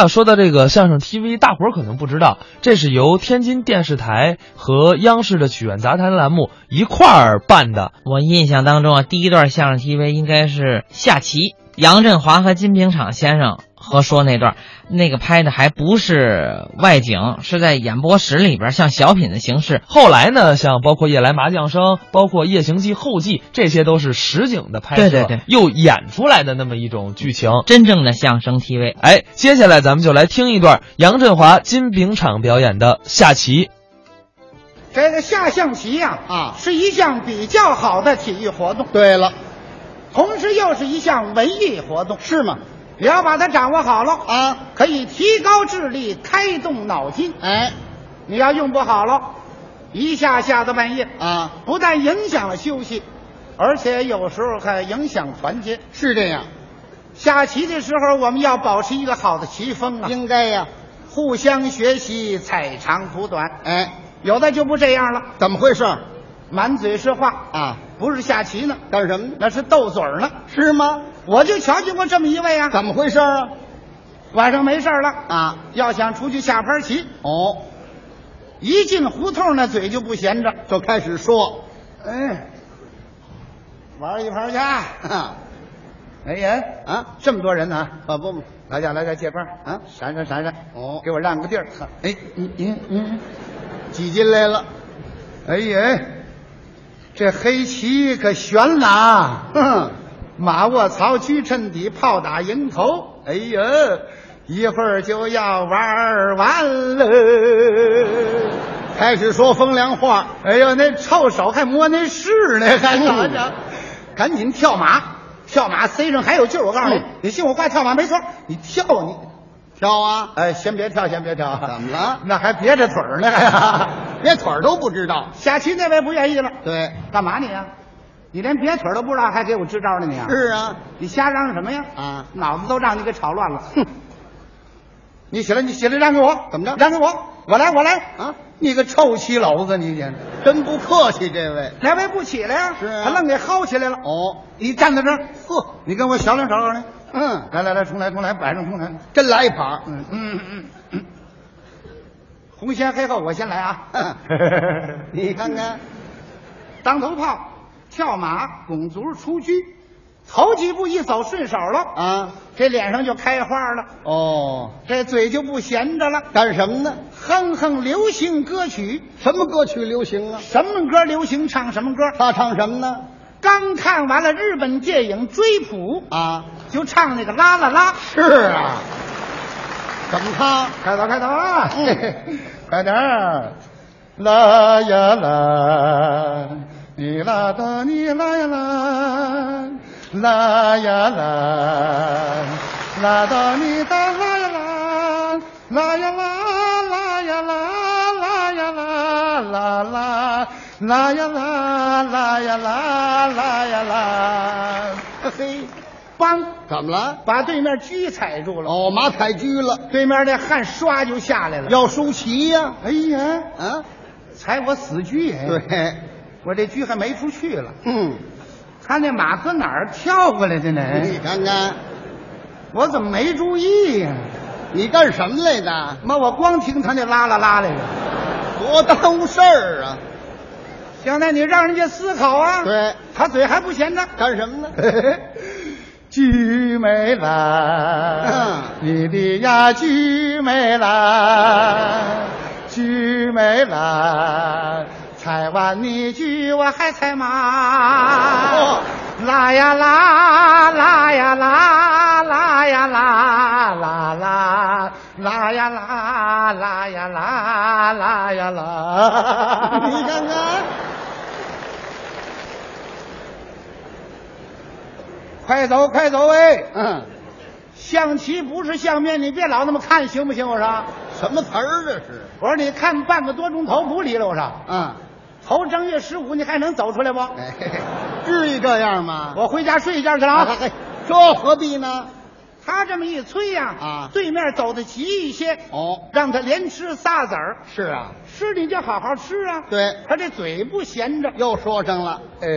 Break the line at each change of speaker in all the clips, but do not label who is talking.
啊，说到这个相声 TV，大伙儿可能不知道，这是由天津电视台和央视的曲苑杂谈栏目一块儿办的。
我印象当中啊，第一段相声 TV 应该是下棋，杨振华和金平厂先生合说那段，那个拍的还不是外景，是在演播室里边，像小品的形式。
后来呢，像包括《夜来麻将声》，包括《夜行记》后记，这些都是实景的拍摄，
对对对
又演出来的那么一种剧情。
真正的相声 TV，
哎，接下来咱们就来听一段杨振华金饼厂表演的下棋。
这个下象棋呀、啊，
啊
是一项比较好的体育活动，
对了，
同时又是一项文艺活动。
是吗？
你要把它掌握好了
啊，
可以提高智力，开动脑筋。
哎，
你要用不好了，一下下到半夜，
啊，
不但影响了休息，而且有时候还影响团结。
是这样，
下棋的时候，我们要保持一个好的棋风啊，
应该呀。
互相学习，踩长补短。
哎，
有的就不这样了，
怎么回事儿
满嘴是话，
啊？
不是下棋呢，
干什么呢？
那是斗嘴儿呢。
是吗？
我就瞧见过这么一位啊，
怎么回事儿啊？
晚上没事儿了，
啊，
要想出去下盘棋，
哦，
一进胡同那嘴就不闲着，
就开始说，
嗯，玩一 盘去。
啊
哎人，
啊，
这么多人呢啊，
可不嘛，
来家来家借光
啊
闪闪闪闪，
哦
给我让个地儿。哎，你你你，
挤进来了，
哎呀，这黑棋可悬了啊！
哼，
马卧槽，车趁底，炮打蝇头。哎呀，一会儿就要玩儿完了。
开始说风凉话，
哎呦，那臭手还摸那是呢，还拿
嗯
着，赶紧跳马，跳马塞上还有劲儿。我告诉你，
嗯
你信我话，跳马没错儿，你跳你，
跳啊，
哎，先别跳，先别跳，啊
怎么了
那还别着腿儿呢， 还。
连腿儿都不知道。
下棋那位不愿意了，
对，
干嘛你啊？你连别腿儿都不知道，还给我支招呢你啊？
是啊，
你瞎嚷嚷什么呀？
啊
脑子都让你给吵乱了。哼，你起来，你起来，让给我，
怎么着
让给我，我来，我来
啊！
你个臭棋篓子，你你。
真不客气，这位。
那位不起来呀、
是啊
他愣给薅起来了。
哦，
你站在这儿，呵，你跟我小两小两来，
嗯，
来来来，重来重来，摆上重来。
真来一把，
嗯嗯嗯嗯，红先黑后，我先来啊！
嗯 你看看，
当头炮，跳马，拱足，出车，头几步一走顺手了啊，
啊，
这脸上就开花了，
哦，
这嘴就不闲着了，
干什么呢？
哼哼流行歌曲，
什么歌曲流行啊？
什么歌流行唱什么歌。
他唱什么呢？
刚看完了日本电影《追捕》，
啊，
就唱那个啦啦啦。
是啊，怎么他？
开头，开头啊！
嗯
快点儿，啦呀啦，你啦的你啦呀啦，啦呀啦，啦的你的啦呀啦，啦呀啦，啦呀啦，啦呀啦，啦啦，啦呀啦，啦呀啦，啦呀啦，
嘿，
梆，
怎么了？
把对面车踩住了，
哦，马采驹了，
对面那汗唰就下来了。
要输棋呀、哎
哎呀！
啊？
踩我死车也，
对，
我这车还没出去了。
嗯，
他那马搁哪儿跳过来的
你
呢？哎
看看，
我怎么没注意呀、
你干什么来的？
妈，我光听他那啦啦啦来了。
多耽误事儿啊！
现在你让人家思考啊。，
对，
他嘴还不闲着。
干什 么呢？
菊梅兰
嗯，
你的呀菊梅兰，
啊
菊梅兰，采完你菊我还采马
哦，
啦呀啦啦呀啦啦呀啦啦啦啦呀啦啦呀啦啦呀啦，
你看看，
快走快走哎！
嗯，
象棋不是相面，你别老那么看，行不行？我说，
什么词儿啊这是？
我说你看半个多钟头不理了，我说，
啊，
头正月十五你还能走出来不？
哎，嘿嘿至于这样吗？
我回家睡一觉去了
啊，
啊。
嘿这何必呢？
他这么一催呀、
啊
对面走的急一些，
哦，
让他连吃仨子儿，
是啊，
吃你就好好吃啊。
对，
他这嘴不闲着。
又说上了，
哎，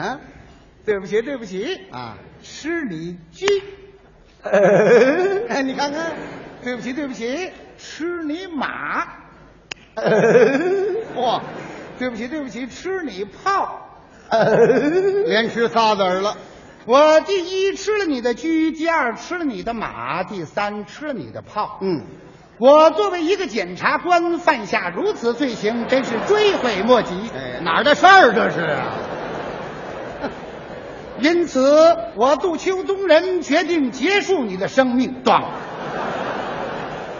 啊
对不起，对不起，
啊，
吃你鸡。
哎，你看看，
对不起，对不起，吃你马。 哎
嚯，
对不起，对不起，吃你炮。
连吃仨子儿了。
我第一吃了你的车，第二吃了你的马，第三吃了你的炮。
嗯，
我作为一个检察官犯下如此罪行，真是追悔莫及。
哎，哪儿的事儿这是啊？
因此，我杜秋东人决定结束你的生命。
撞，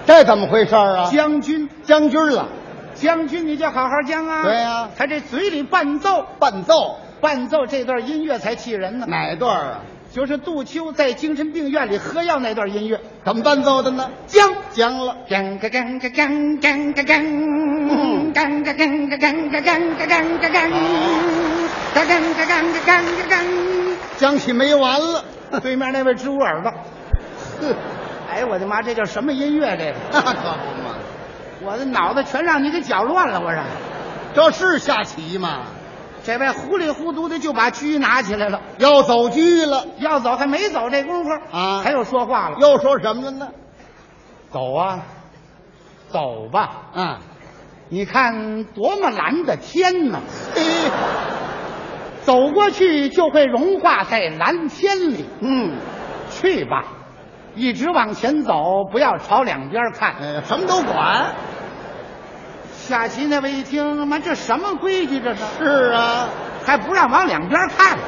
这怎么回事儿啊？
将军，
将军了，
将军，你就好好将啊！
对呀
他这嘴里伴奏，
伴奏
伴奏这段音乐才气人呢。
哪段儿啊？
就是杜秋在精神病院里喝药那段音乐，
怎么伴奏的呢？
将。
僵了，
干嘎干嘎干干嘎干，干嘎干嘎干嘎干嘎干嘎干，嘎干嘎干嘎干嘎干。
僵起没 完了。
对面那位支吾耳朵，哎，我的妈，这叫什么音乐？这个，
那可不嘛，
我的脑子全让你给搅乱了，我让。
这是下棋吗？
这位糊里糊涂的就把狙拿起来了，
要走狙了，
要走还没走这功夫
啊
还有说话了，
又说什么了呢？
走啊，走吧，
啊，
你看多么蓝的天呐！
嘿，
走过去就会融化在蓝天里。
嗯，
去吧，一直往前走，不要朝两边看。
哎，什么都管。
下棋那位一听，妈，这什么规矩这是？
是啊，
还不让往两边看？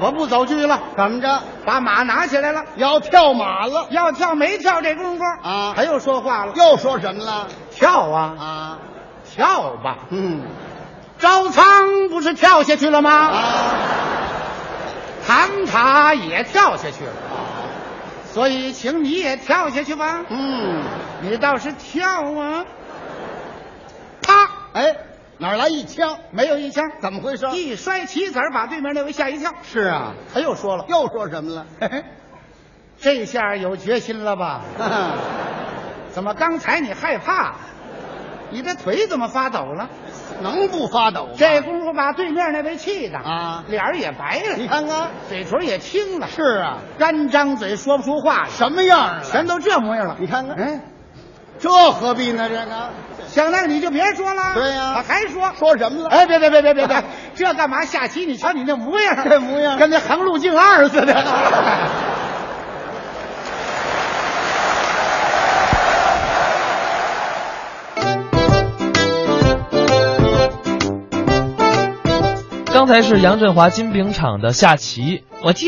我不走去了，
怎么着？
把马拿起来了，
要跳马了？
要跳没跳这功夫
啊
还又说话了，
又说什么了？
跳啊，
啊，
跳吧！
嗯，
招苍不是跳下去了吗？
啊，
唐塔也跳下去了，
啊
所以请你也跳下去吧。
嗯，
你倒是跳啊！啪，
哎，哪儿来一枪？
没有一枪，
怎么回事？
一摔棋子儿把对面那位吓一跳。
是啊，
他又说了，
又说什么了？
嘿嘿这下有决心了吧？怎么刚才你害怕？你的腿怎么发抖了？
能不发抖吗？
这功夫把对面那位气的
啊
脸儿也白了，
你看看，
嘴唇也青了，
是啊，
干张嘴说不出话来，
什么样啊？
全都这模样了。
你看看
嗯，
这何必呢？这个
想那你就别说了。
对呀
我还说
说什么了？
哎，别别别别别别， 这干嘛下棋？你瞧你那模样，
这模样
跟那《横路径二》似 的。
刚才是杨振华金饼厂的下棋，
我记